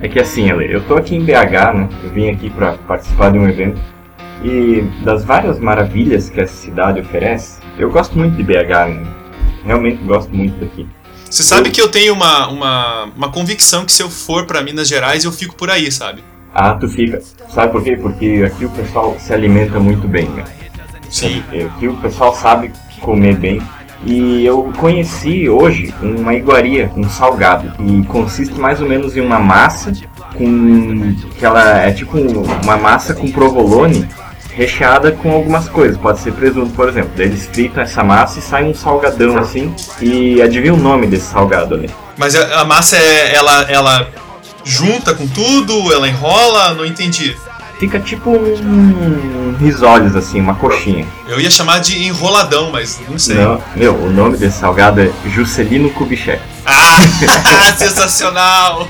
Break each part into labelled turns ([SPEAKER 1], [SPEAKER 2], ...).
[SPEAKER 1] É que assim, Ale, eu tô aqui em BH, né? Eu vim aqui para participar de um evento. E das várias maravilhas que essa cidade oferece, eu gosto muito de BH, né? Realmente gosto muito daqui.
[SPEAKER 2] Você sabe que eu tenho uma, uma, uma convicção que se eu for para Minas Gerais, eu fico por aí, sabe?
[SPEAKER 1] Ah, tu fica. Sabe por quê? Porque aqui o pessoal se alimenta muito bem, né?
[SPEAKER 2] Sim.
[SPEAKER 1] Aqui É, o pessoal sabe comer bem. E eu conheci hoje uma iguaria, um salgado, que consiste mais ou menos em uma massa com. que ela é tipo uma massa com provolone recheada com algumas coisas, pode ser presunto, por exemplo. Daí eles fritam essa massa e sai um salgadão assim. E adivinha o nome desse salgado ali?
[SPEAKER 2] Mas a, a massa é. Ela, ela junta com tudo, ela enrola, não entendi.
[SPEAKER 1] Fica tipo um risoles assim, uma coxinha.
[SPEAKER 2] Eu ia chamar de enroladão, mas não sei.
[SPEAKER 1] Não, meu, o nome desse salgado é Juscelino Kubitschek.
[SPEAKER 2] Ah! sensacional!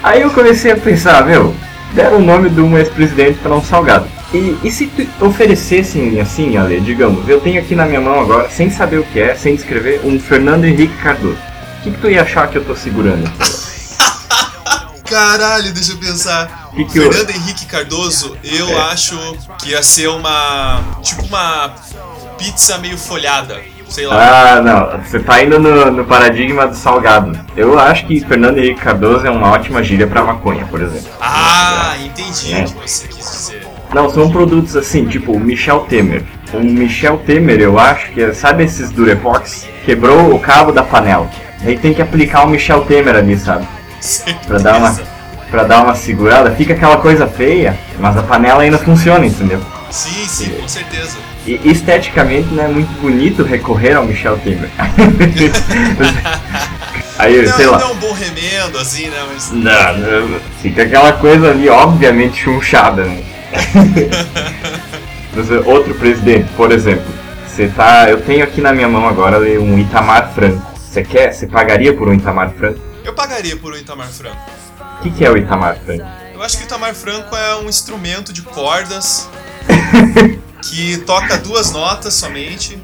[SPEAKER 1] Aí eu comecei a pensar, meu, deram o nome de um ex-presidente para um salgado. E, e se tu oferecessem assim, Ale, digamos, eu tenho aqui na minha mão agora, sem saber o que é, sem escrever, um Fernando Henrique Cardoso. O que, que tu ia achar que eu tô segurando?
[SPEAKER 2] Caralho, deixa eu pensar.
[SPEAKER 1] Que que
[SPEAKER 2] Fernando Henrique Cardoso, eu
[SPEAKER 1] É.
[SPEAKER 2] acho que ia ser uma. Tipo uma pizza meio folhada. Sei lá.
[SPEAKER 1] Ah, não, você tá indo no, no paradigma do salgado. Eu acho que Fernando Henrique Cardoso é uma ótima gíria para maconha, por exemplo.
[SPEAKER 2] Ah, entendi
[SPEAKER 1] É.
[SPEAKER 2] o que você quis dizer.
[SPEAKER 1] Não, são produtos assim, tipo o Michel Temer. O Michel Temer, eu acho que, é- sabe esses Durepox? Quebrou o cabo da panela. Aí tem que aplicar o Michel Temer ali, sabe? Pra dar uma,
[SPEAKER 2] Certeza.
[SPEAKER 1] pra dar uma segurada. Fica aquela coisa feia, mas a panela ainda funciona, entendeu?
[SPEAKER 2] Sim, sim, com certeza.
[SPEAKER 1] E esteticamente não é muito bonito recorrer ao Michel Temer. Aí,
[SPEAKER 2] não,
[SPEAKER 1] sei lá.
[SPEAKER 2] não é um bom remendo, assim, né? Mas.
[SPEAKER 1] Não, não, fica aquela coisa ali, obviamente, chunchada, né? Mas, eh, Outro presidente, por exemplo, você tá. Eu tenho aqui na minha mão agora ali um Itamar Franco. Você quer? Você pagaria por um Itamar Franco?
[SPEAKER 2] Eu pagaria por um Itamar Franco.
[SPEAKER 1] O que, que é o Itamar Franco?
[SPEAKER 2] Eu acho que o Itamar Franco é um instrumento de cordas que toca duas notas somente.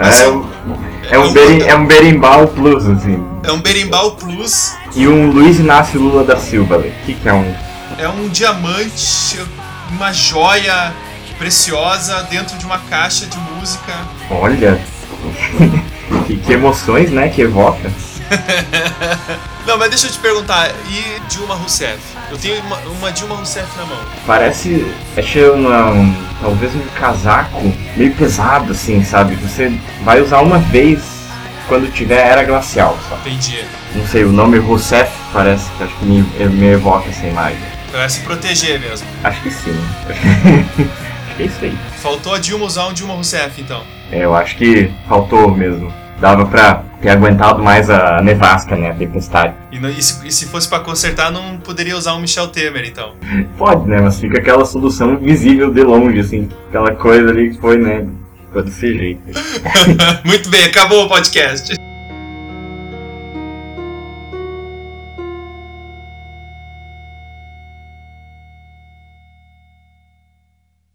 [SPEAKER 1] É, um- é, um, beri, é um berimbau plus, assim.
[SPEAKER 2] É um berimbau plus,
[SPEAKER 1] E um Luiz Inácio Lula da Silva ali. O que, que é um.
[SPEAKER 2] é um diamante, uma joia preciosa dentro de uma caixa de música.
[SPEAKER 1] Olha! que, que emoções, né? Que evoca.
[SPEAKER 2] Não, mas deixa eu te perguntar, e Dilma Rousseff? Eu tenho uma, uma Dilma Rousseff na mão.
[SPEAKER 1] Parece. Achei uma, um, talvez um casaco meio pesado, assim, sabe? Você vai usar uma vez quando tiver era glacial, só.
[SPEAKER 2] Entendi.
[SPEAKER 1] Não sei, o nome Rousseff parece que acho que me, eh, me evoca essa imagem.
[SPEAKER 2] Pra se proteger mesmo.
[SPEAKER 1] Acho que sim. acho que é isso aí.
[SPEAKER 2] Faltou a Dilma usar um Dilma Rousseff, então.
[SPEAKER 1] É, eu acho que faltou mesmo. Dava pra ter aguentado mais a nevasca, né? A tempestade.
[SPEAKER 2] E, não- e se, e se fosse pra consertar, não poderia usar um Michel Temer, então.
[SPEAKER 1] Pode, né? Mas fica aquela solução visível de longe, assim. Aquela coisa ali que foi, né? Ficou desse jeito.
[SPEAKER 2] Muito bem, acabou o podcast.